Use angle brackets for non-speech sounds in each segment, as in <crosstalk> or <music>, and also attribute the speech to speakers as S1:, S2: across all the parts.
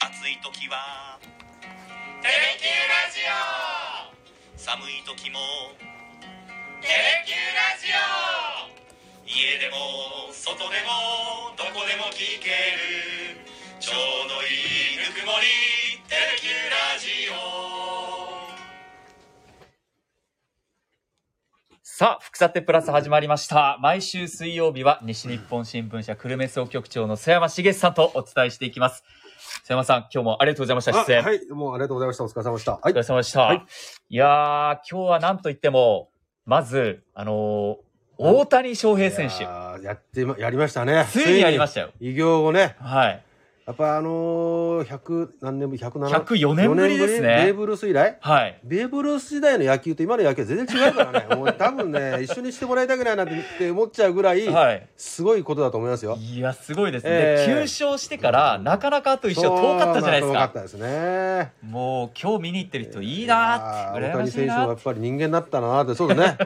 S1: 暑い時は
S2: テレキューラジオ
S1: 寒い時も
S2: テレキューラジオ
S1: 家でも外でもどこでも聞けるちょうどいいぬくもりテレキューラジオ
S3: さあ、福さてプラス始まりました。毎週水曜日は西日本新聞社久留米総局長の曽山茂さんとお伝えしていきます。曽山さん、今日もありがとうございました。出演。
S4: あはい、どうもありがとうございました。お疲れ様でした。は
S3: お
S4: い
S3: 疲れ。様でした。い、やー、今日は何と言っても、まず、あのー大谷翔平選
S4: い
S3: 手、
S4: やーやってま、やりましたね。。
S3: ついにやりましたたよ。
S4: 偉業をね、
S3: はい。
S4: やっぱあのー、100、何年ぶり、107
S3: 104年ぶりですね
S4: 四年ぶりベーブ・ルース以来
S3: はい。
S4: ベーブ・ルース時代の野球と今の野球は全然違うから
S3: <laughs>
S4: ね。もう多分ね、一緒にしてもらいたくないなって思っちゃうぐらい、
S3: はい。
S4: すごいことだと思いますよ。
S3: いや、すごいですね。
S4: えー
S3: 9勝してから、なかなかあと一勝遠かったじゃないです
S4: そう遠かっ
S3: か。
S4: たですね。
S3: もう、今日見に行ってる人いいなーって、
S4: いやー
S3: 羨
S4: 大
S3: ま
S4: 谷
S3: しい
S4: 選手
S3: な
S4: はや
S3: ーっ
S4: っぱり人間だったなーって、そうだ
S3: <laughs>
S4: ね。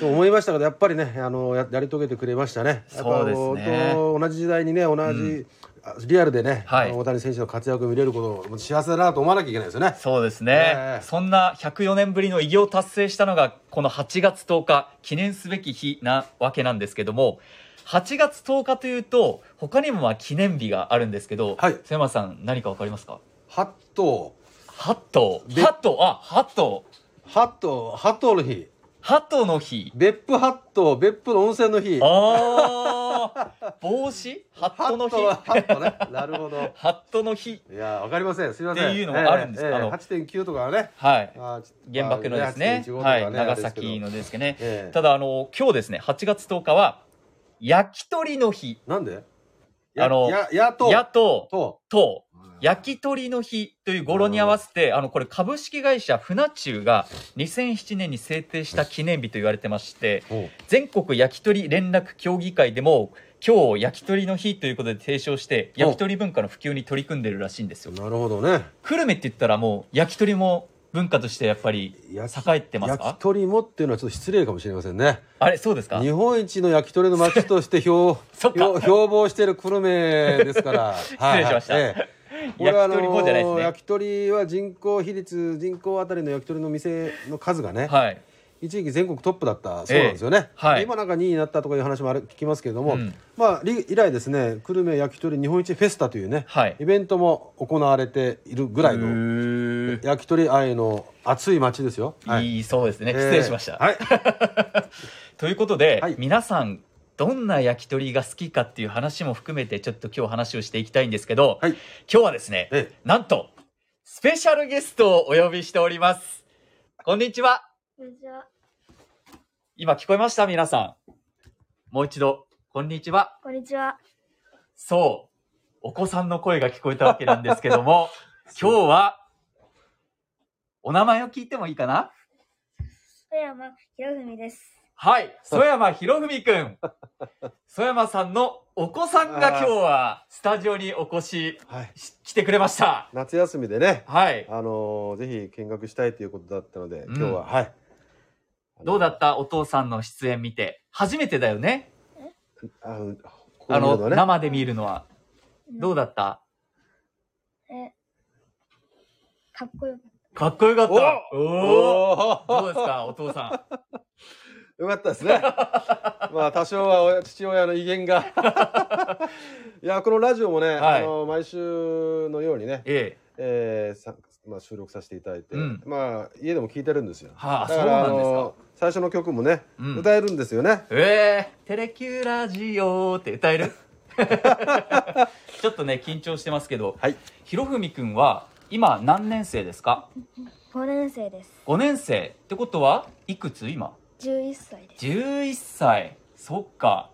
S4: と思いましたけど、やっぱりね、あのややり遂げてくれましたね。やっぱ
S3: そうですね
S4: と同じ時代にね、同じ、あリアルでね、
S3: はい
S4: あの大谷選手の活躍を見れることを幸せだなと思わなきゃいけないですよね。
S3: そうですね、
S4: ええ
S3: そんな104年ぶりの偉業を達成したのがこの8月10日記念すべき日なわけなんですけども8月10日というと他にもまあ記念日があるんですけど、
S4: はい
S3: 瀬山さん何かわかりますか
S4: ハット、
S3: ハット
S4: で
S3: ハットあハット
S4: ハット、ハットの日、
S3: ハットの日
S4: 別府ハット、別府の温泉の日、ハ
S3: あー帽子ハットの
S4: ッ
S3: 日
S4: トはハットね。なるほど。
S3: ハットの日
S4: いやーわかりません。すみません。
S3: っていうのがあるんです
S4: ええええ
S3: あの
S4: 8.9とかはね。
S3: はい
S4: あーちょっと
S3: 原爆のですね
S4: 8.15とか
S3: はい、長
S4: あれですけ
S3: 崎
S4: ど
S3: のですけどね、
S4: ええ
S3: ただあの今日ですね8月10日は焼き鳥の日
S4: なんでや
S3: あの
S4: や、やと、
S3: 野党
S4: と、
S3: と焼き鳥の日という語呂に合わせて、あの、これ株式会社船中が2007年に制定した記念日と言われてまして、
S4: ほ
S3: 全国焼き鳥連絡協議会でも、今日焼き鳥の日ということで提唱して、
S4: お
S3: 焼き鳥文化の普及に取り組んでるらしいんです
S4: う
S3: よ。
S4: なるほどね。
S3: 久留米って言ったらもう焼き鳥も文化としてやっぱり栄
S4: 焼き
S3: えてます
S4: 焼
S3: か
S4: き鳥もっていうのはちょっと失礼かもしれませんね。
S3: あれ、そうですか
S4: 日本一の焼き鳥の町とし
S3: <laughs>
S4: て標
S3: そっか
S4: 標標榜している久留米です
S3: <laughs>
S4: から。はい
S3: しました
S4: はいええ
S3: <laughs> 焼き鳥もじゃないです
S4: これはあの
S3: ね
S4: 焼き鳥は人口比率、人口あたりの焼き鳥の店の数がね、
S3: はい。
S4: 一時期全国トップだったそうなんですよね。
S3: ええはい
S4: 今なんか2位になったとかいう話もある聞きますけれども、
S3: うん
S4: まあ、り以来ですね、久留米焼き鳥日本一フェスタというね、
S3: はい
S4: イベントも行われているぐらいの
S3: う
S4: 焼き鳥愛の熱い街ですよ。
S3: ー
S4: い、
S3: いい、そうですね。失礼しました。
S4: えーはい、
S3: ということで、
S4: はい
S3: 皆さんどんな焼き鳥が好きかっていう話も含めてちょっと今日話をしていきたいんですけど、
S4: はい
S3: 今日はですね、
S4: ええ
S3: なんとスペシャルゲストをお呼びしておりますこんにちは
S5: こんにちは。
S3: 今聞こえました皆さんもう一度こんにちは
S5: こんにちは。
S3: そうお子さんの声が聞こえたわけなんですけど
S4: <laughs>
S3: も今日はお名前を聞いてもいいかな
S5: 富山ひろふみです。
S3: はい、曽山博文くん。曽山さんのお子さんが今日はスタジオにお越し
S4: はい、
S3: し来てくれました。
S4: 夏休みでね、
S3: はい。
S4: あのーぜひ見学したいということだったので、
S3: うん
S4: 今日は、はい。
S3: どうだったお父さんの出演見て。初めてだよね。
S4: あの、ここ
S3: あ
S4: にい
S3: の、
S4: るのね、
S3: 生で見るのは。どうだった
S5: え、かっこよかっ
S3: かっこよかった。おお
S4: お
S3: ど
S4: ー
S3: うですか、お父さん。
S4: <laughs> よかったで
S3: <laughs>
S4: すね。まあ、多少は親父親の威厳が。いや、このラジオもね、
S3: はい
S4: あのー毎週のようにね、
S3: ええ。
S4: えーさまあ、収録させていただいて、
S3: うん
S4: まあ、家でも聴いてるんですよ。
S3: はあ
S4: だから、
S3: そうなんですか
S4: あのー最初の曲もね、
S3: うん
S4: 歌えるんですよね。
S3: ええテレキューラジオって歌える <laughs> ちょっとね、緊張してますけど、
S4: はい。
S3: 博文くんは今何年生ですか
S5: た。5年生です。
S3: 5年生ってことはいくつ今
S5: 11歳です。
S3: 11歳そっか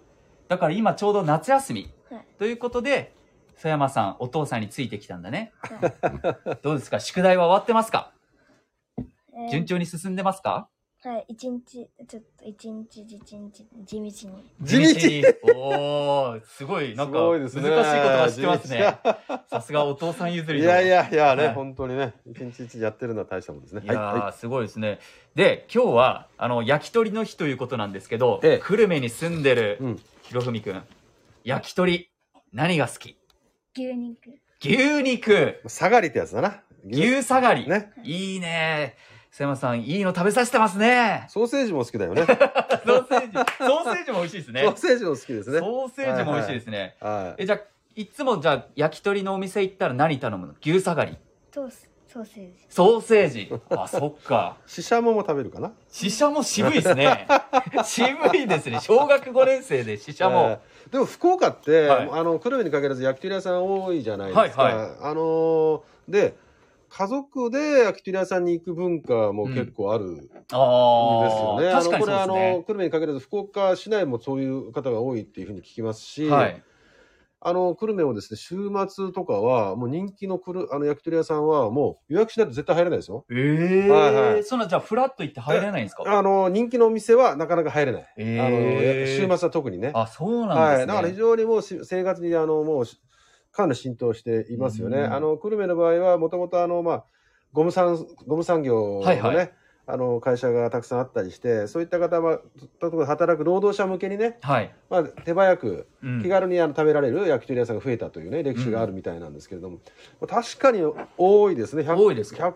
S3: だから今ちょうど夏休み
S5: はい。
S3: ということで曽山さんお父さんについてきたんだね
S5: はい
S3: どうですか宿題は終わってますか
S5: え
S3: <laughs>
S5: ー
S3: 順調に進んでますか
S5: はい。一日、ちょっと一日、一日、地道に。
S4: 地道に
S3: におーすごいなんか
S4: すごい
S3: 難
S4: で
S3: し
S4: す
S3: い
S4: ね
S3: ことは知ってます
S4: 地
S3: ね
S4: 道
S3: さすがお父さん譲り
S4: い
S3: の
S4: やいやいやね、
S3: はい
S4: 本当にね、一日一日やってるのは大したもんですね。
S3: いやー、
S4: は
S3: すごいですね。で、今日は、あの、焼き鳥の日ということなんですけど、
S4: ええ
S3: 久留米に住んでる
S4: うん、
S3: ひろふみくん、焼き鳥、何が好き
S5: 牛肉。
S3: 牛肉
S4: 下がりってやつだな。
S3: 牛下がり、
S4: ね。
S3: いいね瀬山さん、いいの食べさせてます
S4: <laughs>
S3: ね
S4: ソーセージも好き
S3: <laughs>
S4: だよね。
S3: ソーセージ、ソーセージも美味しいです
S4: ソ
S3: ね。
S4: ーセージも好きですね。
S3: ソーセージも美味しいですね。
S4: はい。
S3: え、じゃあ、いつもじゃあ、焼き鳥のお店行ったら何頼むの牛下がり。
S5: とソーセージ。
S3: ソーセージ。あ、そっか。
S4: シシャモも食べるかな。
S3: 死者も渋いです
S4: <laughs>
S3: ね。渋いですね。小学5年生で死者も。
S4: えーでも福岡って、
S3: はい
S4: あの久留米に限らず焼き鳥屋さん多いじゃないですか、
S3: はいは
S4: あのーで家族で焼き鳥屋さんに行く文化も結構あるんです
S3: あ
S4: よ
S3: あ、
S4: ね。
S3: 確か
S4: あの
S3: に
S4: こ
S3: そうで
S4: れあ
S3: す
S4: の
S3: ね。
S4: 久留米に限らず福岡市内もそういう方が多いっていうふうに聞きますし、
S3: はい。
S4: あの久留米もですね週末とかはもう人気のくるあの焼き鳥屋さんはもう予約しないと絶対入れないですよ。
S3: ええ
S4: はいはい
S3: そんな、じゃあ、フラッと行って入れないんですか
S4: あの人気のお店はなかなか入れない。
S3: え
S4: あの
S3: え
S4: 週末は特にね。
S3: あ、そうなん
S4: は
S3: です
S4: い、
S3: ね。
S4: だから非常にもうし生活にあのもうしかなり浸透していますよね。
S3: うん
S4: あの久留米の場合はもともとあのまあゴム産ゴム産業のね、
S3: はいは
S4: あの会社がたくさんあったりして、そういった方は例えば働く労働者向けにね、
S3: はい。
S4: まあ手早く
S3: うん
S4: 気軽にあの食べられる焼き鳥屋さんが増えたというね歴史があるみたいなんですけれども、まあ確かに多いですね。100
S3: 多いですか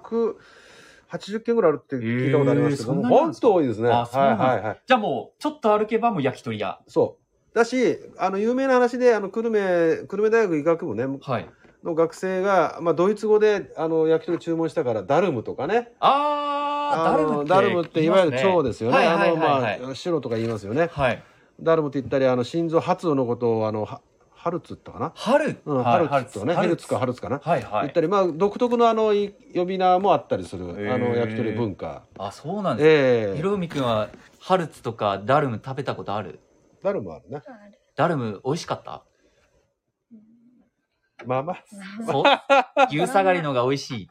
S4: 180件ぐらいあるって聞いたことありますけど
S3: へーそん
S4: も、
S3: なにあるん
S4: 本
S3: ですか
S4: 当多いですね。
S3: あそうなんだ
S4: はいはいはい。
S3: じゃあもう、ちょっと歩けばもう焼き鳥屋。
S4: そう。だし、あの、有名な話で、あの、久留米、久留米大学医学部ね、
S3: はい。
S4: の学生が、まあ、ドイツ語で、あの、焼き鳥注文したから、ダルムとかね。
S3: あ
S4: あ
S3: ー、ダルム
S4: の
S3: って。
S4: ダルムって、いわゆる腸
S3: で
S4: ですよね。
S3: はい
S4: あ
S3: はい
S4: の、
S3: はいはい
S4: まあ、白とか言いますよね。
S3: はい。
S4: ダルムって言ったり、あの、心臓発音のことを、あの、はハルツって言ったかな。
S3: 春。
S4: うん、
S3: はい
S4: ハルツとかね、ヘルツかハルツかな。
S3: はいは
S4: 言っ
S3: い
S4: た。り、まあ、独特のあの、い呼び名もあったりする、
S3: ー
S4: あの、焼き鳥文化。
S3: あ、そうなんです
S4: え
S3: ね。
S4: え
S3: ひろゆみくんは、ハルツとかダルム食べたことある
S4: ダルムあるね。
S5: ある。
S3: ダルム美味しかった
S4: まあまあ、 <laughs>
S3: そう牛下がりのが美味しい。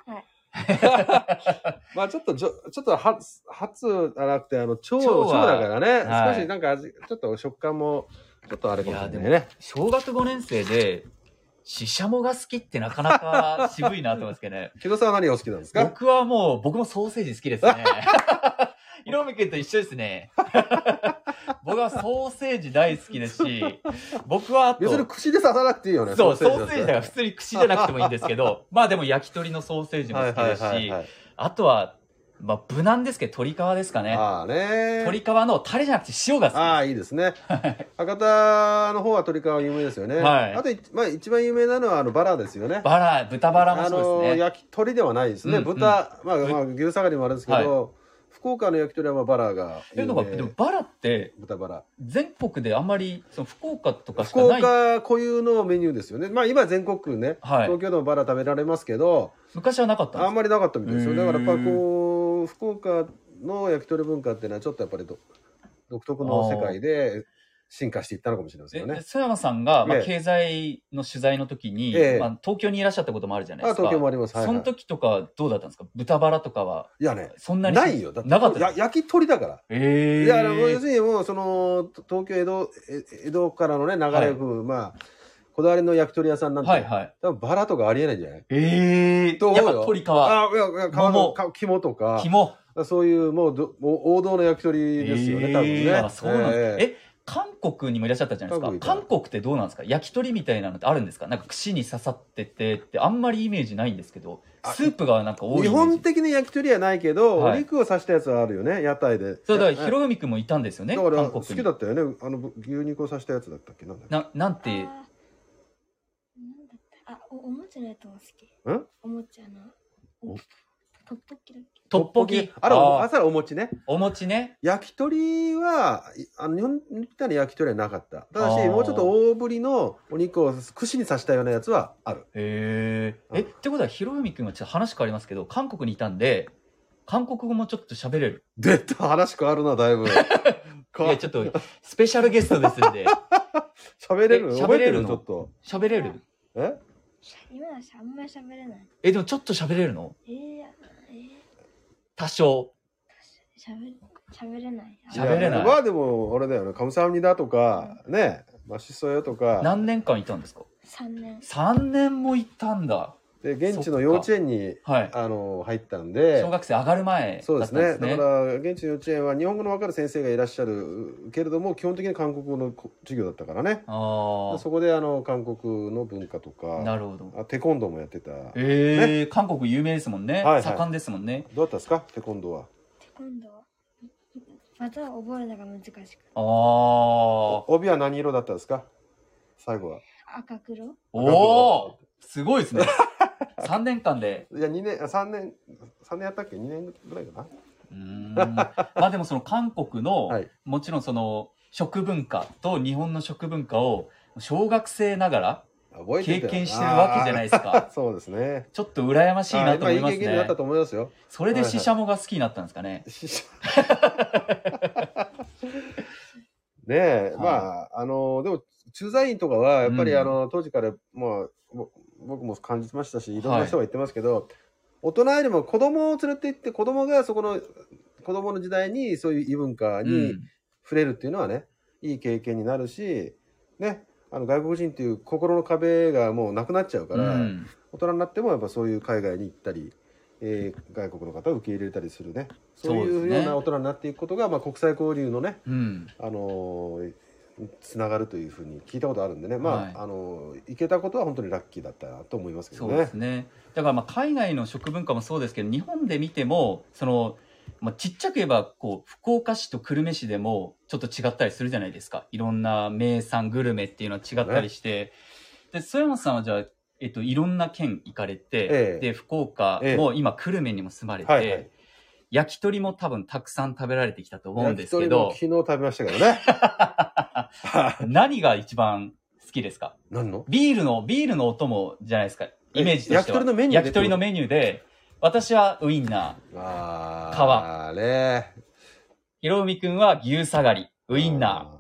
S4: まあちょっとじょ、ちょっとは、初じゃなくて、あの、腸、
S3: 腸は
S4: 腸だからね、
S3: はい
S4: 少しなんか味、ちょっと食感も、ちょっとあれかもしれない
S3: いや
S4: ね。
S3: 小学5年生で、シシャモが好きってなかなか渋いなと思いますけどね。
S4: 木戸さんは何がお好きなんですか
S3: 僕はもう、僕もソーセージ好きです
S4: <laughs>
S3: ね。ひろみくんと一緒ですね。 <laughs> 僕はソーセージ大好きですし、僕はあと、
S4: 別に口で刺さなくていいよね。
S3: そう、ソーセージだか
S4: だ
S3: ら普通に口じゃなくてもいいんですけ
S4: <laughs>
S3: ど、まあでも焼き鳥のソーセージも好きですし、
S4: い。
S3: あとは、まあ無難ですけど、鶏皮ですかね。
S4: ああね。
S3: 鶏皮のタレじゃなくて塩が好きです
S4: ああ、いいですね。博多の方は鳥皮有名ですよね。
S3: はい
S4: あと、いまあ一番有名なのは、あの、バラですよね。
S3: バラ、豚バラもそう
S4: あ
S3: です
S4: の、
S3: ね。
S4: 焼き鳥ではないですね。
S3: うんうん
S4: 豚、まあまあ、牛下がりもあるんですけど、福岡の焼き鳥はまあバラが
S3: とい
S4: 有
S3: うのが、
S4: 名
S3: でもバラって
S4: 豚バラ。
S3: 全国であんまり、その福岡とかし
S4: 福
S3: かない。
S4: 岡固有のメニューですよね。まあ今全国区ね、
S3: はい
S4: 東京でもバラ食べられますけど、
S3: 昔はなかったんで
S4: あ
S3: す
S4: んまりなかったみたいですよ。
S3: へ
S4: だ
S3: ー
S4: からやっぱこう、福岡の焼き鳥文化っていうのはちょっとやっぱりど独特の世界で進化していったのかもしれません
S3: え
S4: よね。
S3: 須山さんが、まあ、
S4: ええ
S3: 経済の取材の時に、
S4: ええ
S3: まあ、東京にいらっしゃったこともあるじゃない
S4: あ
S3: ですか。
S4: 東京もあります。はい、
S3: そ
S4: は
S3: の
S4: い。
S3: 時とかどうだったんですか豚バラとかは、
S4: いやね、
S3: そんなに。
S4: ないよ。だって
S3: なかったで
S4: や
S3: す。
S4: 焼き鳥だから。
S3: ええ
S4: いや、あの要するにもうその東京江戸、江戸からのね、流れを組む、まあ、こだわりの焼き鳥屋さんなんて、
S3: はいはい。
S4: 多分バラとかありえないんじゃない
S3: ええ
S4: と思う
S3: やっ
S4: よ
S3: ぱ鶏皮。
S4: あいやいや皮
S3: 桃
S4: のか肝とか
S3: 肝。
S4: そういうもうどもう王道の焼き鳥ですよね、多分
S3: え
S4: ね
S3: えあそうなんです
S4: ええ
S3: え、韓国にもいらっしゃったじゃないですか。
S4: 韓
S3: 韓国ってどうなんですか焼き鳥みたいなのってあるんですかなんか串に刺さっててって、あんまりイメージないんですけど、
S4: あ
S3: スープがなんか多いイメージ。
S4: 日本的な焼き鳥はないけど、
S3: はい
S4: お肉を刺したやつはあるよね屋台で
S3: そうだ
S4: え
S3: か
S4: え
S3: ら、ひろゆみくんもいたんですよね、
S4: だから
S3: 韓
S4: 好
S3: 国
S4: き
S3: に
S4: だ。ったよねあの牛肉を刺したやつだったっけなんだっけ
S3: な、なんて、
S5: あーなんだったあお、おもちゃのやつも好き。
S4: ん
S5: おもちゃの。
S4: お
S5: おトッポッキだっけ
S3: トッポギ。
S4: あれ
S3: ー
S4: あそれお餅ね
S3: お餅ね。
S4: 焼き鳥はいあの日本みたいな焼き鳥はなかったただ
S3: あ
S4: し
S3: ー
S4: もうちょっと大ぶりのお肉を串に刺したようなやつはある
S3: へえ。え、ってことは、ひろゆみくんはちょっと話変わりますけど、韓国にいたんで、韓国語もちょっと喋れる。
S4: でと話変わるなだいぶ
S3: <laughs> い
S4: か
S3: や、ちょっと、スペシャルゲストですんで、 <laughs>
S4: 喋れる
S3: え
S4: 覚
S3: 喋
S4: えて
S3: れる
S4: る
S3: の
S4: ちょっと
S3: 喋れる
S4: え
S5: しゃ今はしゃあんまり喋れない。
S3: え、でもちょっと喋れるの
S5: えー、あえー、
S3: 多少。
S5: しゃべしゃべれない。
S3: しゃべ喋れない
S4: やまあでも、あれだよね、カムサハムニだとか、ね、マシソヨとか、
S3: 何年間いたんですか
S5: 3年。
S3: ?3 年もいたんだ。
S4: で現地の幼稚園に
S3: はい。
S4: あの入ったんで
S3: 小学生上がる前
S4: そう
S3: だ
S4: で
S3: った
S4: す
S3: んで
S4: ね
S3: すね。
S4: だから現地の幼稚園は日本語の分かる先生がいらっしゃるけれども基本的に韓国語のこ授業だったからね
S3: あ
S4: そこであの韓国の文化と
S3: あ、な
S4: か
S3: るほど。
S4: あテコンドーもやってたどう
S3: ええ、韓国有名ですもんね
S4: はいは。い
S3: 盛んですもんね。
S4: だったんですかテコンドーは
S5: 今度は技を覚えるのが難しく
S3: ああ。
S4: 帯は何色だったんですか最後は
S5: 赤黒
S3: おおすごいですね。3年間で。
S4: いや2年あ3年3年やったっけ2年ぐらいかな
S3: うーん。まあでもその韓国の、
S4: はい
S3: もちろんその食文化と日本の食文化を小学生ながら
S4: 覚えて
S3: 経
S4: んだよ
S3: 験してるわけじゃないですか。
S4: そうですね
S3: ちょっと羨ましいなと思いま
S4: あ
S3: す
S4: い経験にな
S3: ね
S4: った。と思いますよ
S3: それでシシャモが好きになったんですかね。
S4: <laughs> ねえ、
S3: はい
S4: まあ、あの、でも、駐在員とかは、やっぱり、
S3: うん
S4: あの、当時から、まあ、ぼ僕も感じてましたし、いろん
S3: は
S4: ない人が言ってますけど、大人よりも子供を連れて行って、子供がそこの、子供の時代にそういう異文化
S3: う
S4: に
S3: ん。
S4: 触れるっていうのはね、いい経験になるし、ね、あの、外国人っていう心の壁がもうなくなっちゃうか
S3: う
S4: ら、
S3: ん。
S4: 大人になってもやっぱそういう海外に行ったり、えー外国の方を受け入れたりするねそう
S3: そうです
S4: いう
S3: ね
S4: ような大人になっていくことが、まあ、国際交流のね、
S3: うん。
S4: あのーつながるというふうに聞いたことあるんでねまあ、
S3: はい
S4: あのー行けたことは本当にラッキーだったなと思いますけど
S3: そ
S4: ね。
S3: うですね。だからまあ海外の食文化もそうですけど、日本で見ても、その、まあ、ちっちゃく言えば、こう、福岡市と久留米市でも、ちょっと違ったりするじゃないですか。いろんな名産グルメっていうのは違ったりして。で、曽山さんはじゃあ、えっと、いろんな県行かれて、
S4: ええ
S3: で、福岡も今、久留米にも住まれて、
S4: はいはい、
S3: 焼き鳥も多分たくさん食べられてきたと思うんですけ
S4: も
S3: ど
S4: 昨、日食べましたけどね。
S3: <laughs> 何が一番好きですか
S4: <laughs> 何の
S3: ビールの、ビールのお供じゃないですか。イメージとしては。
S4: 焼き鳥のメニューで
S3: 焼き鳥のメニューで、私はウインナー、
S4: あー
S3: 川
S4: ね
S3: ひろみくんは牛下がり、ウインナ
S4: ー。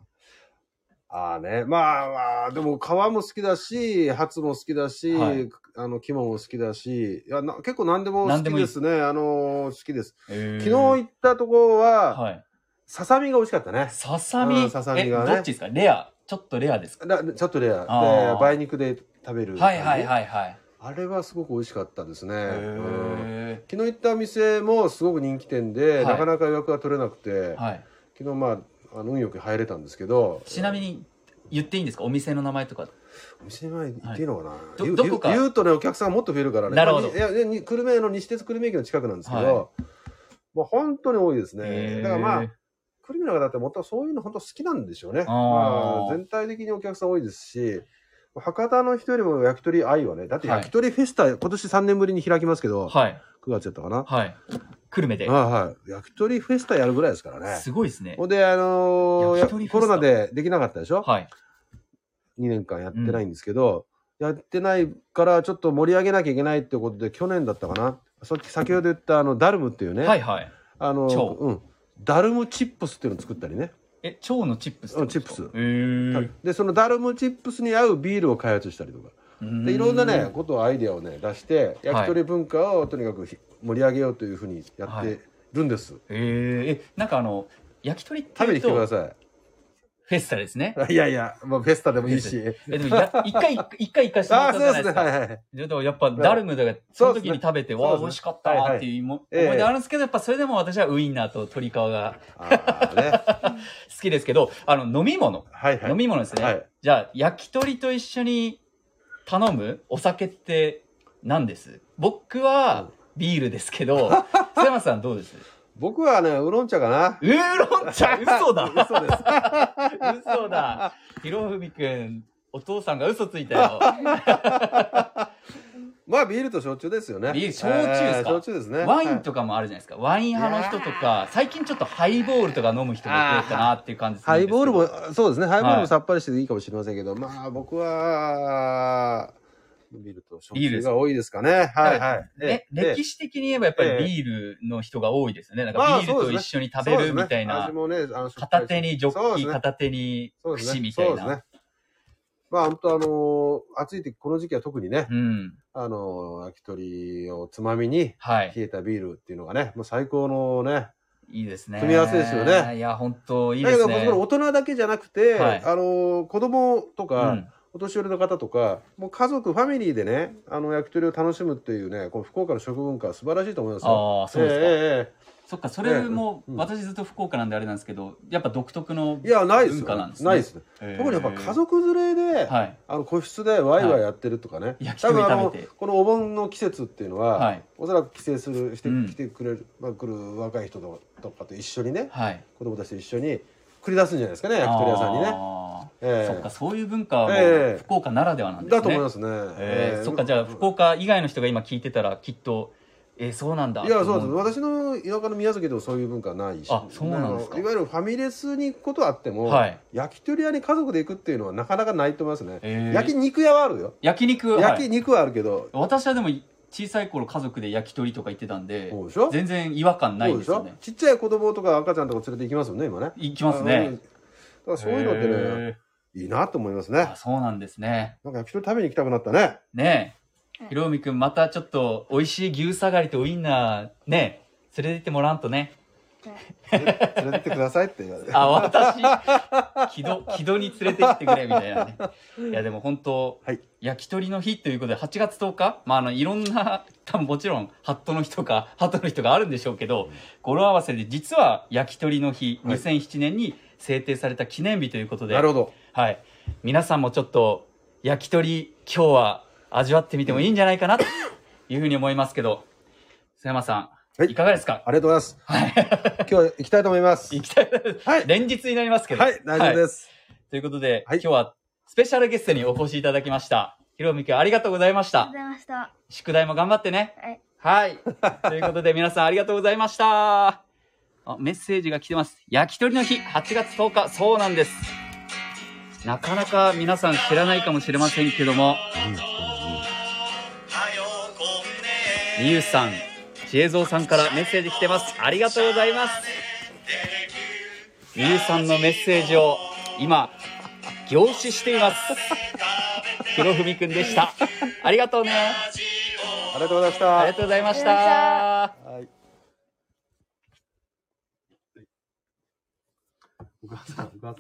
S4: ああね。まあまあ、でも皮も好きだし、ハツも好きだし、
S3: はい
S4: あの、肝も好きだし、いやな結構何でも好
S3: 何
S4: き
S3: でもいい
S4: ですね。あのー好きです。
S3: ー。
S4: 昨日行ったところは、
S3: はい。
S4: ささみが美味しかったね。
S3: ささみ、
S4: うんささみがね
S3: え、どっちですかレア。ちょっとレアですか
S4: だちょっとレア。
S3: あー
S4: で、梅肉で食べる感
S3: は
S4: じ。
S3: いはいはいはい。
S4: あれはすごく美味しかったですね。うん
S3: へ
S4: 昨日行った店もすごく人気店で、
S3: はい
S4: なかなか予約が取れなくて、
S3: ーはい。
S4: 昨日まあ、あの運よく入れたんですけど、
S3: ちなみに、言っていいんですかお店の名前とか。
S4: お店前行っていいのかな、
S3: ど
S4: 言う
S3: どこか
S4: 言う言うとねお客さんもっと増えるからね
S3: なるほど
S4: まあにいやでに久留米の西鉄久留米駅の近くなんですけど、
S3: は
S4: まあ本当に多いです
S3: へ
S4: ね
S3: ー
S4: だからまあ久留米の方ってもとそういうの本当好きなんでしょうね
S3: あー
S4: まあ、全体的にお客さん多いですし博多の人よりも焼き鳥愛はねだって焼き鳥フェスタ、今年3年ぶりに開きますけど、
S3: はい。
S4: 9月やったかな、
S3: はい。久留米で
S4: あ。あはい焼き鳥フェスタやるぐらいですからね
S3: すごいですね
S4: ほ。んであのー
S3: 焼き鳥フェスタ
S4: コロナでできなかったでしょ、
S3: はい。
S4: 2年間やってないんですけど、やってないからちょっと盛り上げなきゃいけないってことで去年だったかなさっき先ほど言ったあのダルムっていうね、
S3: はいはい。
S4: あの
S3: 蝶
S4: うん、ダルムチップスっていうのを作ったりね、
S3: え、蝶のチップスってことですか
S4: うんチ
S3: へ
S4: ッ
S3: ー
S4: でそのダルムチップスに合うビールを開発したりとか
S3: うーん
S4: でいろんなね。ことをアイデアをね出して焼き鳥文化をとにかくひ盛り上げようというふうにやってるんです、
S3: へーえ、なんかあの、焼き鳥って
S4: 食
S3: い
S4: べに
S3: う
S4: 来てくだ
S3: と、
S4: さ
S3: フェスタですね。
S4: <laughs> いいやいや、まあ、フェスタでもいい <laughs> し
S3: え、でもや、一回、一回行かしてもらっ
S4: あ
S3: た
S4: あそ
S3: じゃないです
S4: うですね
S3: か
S4: は。いはい
S3: でもやっぱ
S4: い
S3: ダルムだからその時に食べて、
S4: そうですね
S3: わあ
S4: そうですね
S3: 美味しかったーっていう思
S4: はいはい
S3: 思い出あるんですけど、やっぱそれでも私はウインナーと鶏皮が
S4: ああね
S3: 好きですけどあの飲み物、
S4: はいはい
S3: 飲み物ですね、
S4: はい
S3: じゃあ焼き鳥と一緒に頼むお酒って何です僕はビールですけど瀬山さんどうです
S4: 僕はねウーロン茶かな
S3: ウーロン茶嘘だ
S4: <laughs> 嘘です
S3: 嘘だひろふみくんお父さんが嘘ついたよ
S4: <laughs> まあビールと焼酎ですよね。
S3: ビール焼酎ですか
S4: えー焼酎ですね。
S3: ワイン
S4: か、
S3: とかもあるじゃないですか、ワイン派の人とか最近ちょっとハイボールとか飲む人も増えたなっていう感じするん
S4: ハ
S3: です
S4: イ
S3: けど
S4: ボールもそうですね。ハイボールもさっぱりしてていいかもしれませんけど、まあ僕はビールと焼
S3: ビールで
S4: 酎
S3: す
S4: が多いですかね。はいはい。
S3: ね、歴
S4: 史
S3: 史的に言えばやっぱ
S4: ええ
S3: りビールの人が多いですよね。なん
S4: ま
S3: か
S4: あ
S3: ビールと一緒に食べるみたいな
S4: 味。もね、あの
S3: 片手にジョッキ、
S4: そうですね
S3: 片手に
S4: そうです
S3: 串
S4: ね
S3: みたい
S4: そうです
S3: な。
S4: ね。まあ本当あのー暑い時この時期は特にね、
S3: うん。
S4: あのー焼き鳥をつまみに
S3: はい。
S4: 冷えたビールっていうのがね、もう最高のね、
S3: いいですね。
S4: 組み合わせですよね。
S3: いや、本当いい
S4: だ
S3: で
S4: け
S3: す
S4: ど
S3: ね。
S4: これ大人だけじゃなくて、
S3: はい
S4: あのー子供と
S3: う
S4: か、
S3: ん
S4: お年寄りの方とか、もう家族、ファミリーでね、あの、焼き鳥を楽しむっていうね、この福岡の食文化は素晴らしいと思いますよ。
S3: ああ、そうですか。
S4: えええ
S3: そっか、それも、
S4: ええうん
S3: 私ずっと福岡なんであれなんですけど、やっぱ独特の
S4: えいや、ないで
S3: 文
S4: すよ。
S3: 化な
S4: なん
S3: ですね。
S4: いですね。
S3: ええ
S4: 特にやっぱ家族連れで、
S3: はい。
S4: あの個室でワイワイやってるとかね、
S3: い焼き
S4: 多
S3: 鳥
S4: 分あ
S3: 食
S4: の
S3: べて。
S4: このお盆の季節っていうのは、
S3: はい。
S4: おそらく帰省するして
S3: うん
S4: 来てくれる、まあ、来る若い人ととかと一緒にね
S3: はい。
S4: 子供たちと一緒に繰り出すんじゃないですかね焼き鳥屋さんにね。
S3: あ
S4: え
S3: ー
S4: え
S3: そっか、そういう文化は
S4: ええ
S3: 福岡ならではなんですね。
S4: だと思いますね。
S3: ええ
S4: ええ
S3: そっか、じゃあ、福岡以外の人が今聞いてたら、きっと、えーそうなんだ。
S4: いやそうです
S3: と思
S4: 私の田舎の宮崎でもそういう文化はないし
S3: あそうなんですか
S4: あのいわゆるファミレスに行くことはあっても、
S3: はい。
S4: 焼き鳥屋に家族で行くっていうのはなかなかないと思いますね、
S3: ええ
S4: 焼き肉屋はあるよ
S3: 焼肉、は
S4: 焼き
S3: い。
S4: 肉はあるけど、
S3: 私はでも、小さい頃家族で焼き鳥とか行ってたんで、
S4: そうでしょ
S3: 全然違和感ないんですよ
S4: そう
S3: ね
S4: しょ。ちっちゃい子供とか赤ちゃんとか連れて行きますもんね今ね
S3: 行きます
S4: うん
S3: ね
S4: だ。からそういうのってね、
S3: へ
S4: いいなと思います
S3: え
S4: ね
S3: あそうなんですね。
S4: なんか焼き鳥食べに行きたくなったね。
S3: ね
S5: う
S3: え
S5: ん。
S3: ひろみくん、またちょっと、美味しい牛下がりとウインナー、ねえ、連れてってもらわんとね。
S4: 連れて <laughs> ってくださいって言われ
S3: <laughs>
S4: て。
S3: あ、
S4: <laughs>
S3: 私、木戸、木戸に連れて行ってくれ、みたいなね。いや、でも本当、
S4: はい
S3: 焼き鳥の日ということで、8月10日、まあ、あの、いろんな、 <laughs> 多分もちろん、ハットの日とか、 <laughs> ハトの日とかあるんでしょうけど、語呂合わせで、実は焼き鳥の日、
S4: はい
S3: 2007年に制定された記念日ということで、
S4: なるほど。
S3: はい。皆さんもちょっと、焼き鳥、今日は味わってみてもいいんじゃないか
S4: <laughs>
S3: な、というふうに思いますけど、須山さん、
S4: はい
S3: いかがですか
S4: ありがとうございます。今日行きたいと思います。
S3: 行きたい。
S4: はい。
S3: 連日になりますけど。
S4: はい、大丈夫です。
S3: ということで、
S4: はい
S3: 今日はスペシャルゲストにお越しいただきました。ひろみくんありがとうございまし
S5: ありがとう
S3: た
S5: ご。ざいました。
S3: 宿題も頑張ってね。
S5: は
S3: は
S5: い。
S3: い。 <laughs> ということで皆さんありがとうございました。あメッセージが来てます。焼き鳥の日、8月10日、そうなんです。なかなか皆さん知らないかもしれませんけども、
S1: はよこんね
S3: みゆさん、ちえぞうさんからメッセージ来てます。ありがとうございます。みゆさんのメッセージを今、凝視しています。ひろふみくんでした。ありがとうね。
S4: ありがとうございま
S3: あり
S4: した
S3: が。とうございまし
S5: あり
S3: た。
S4: はい。お母さん、お母さん。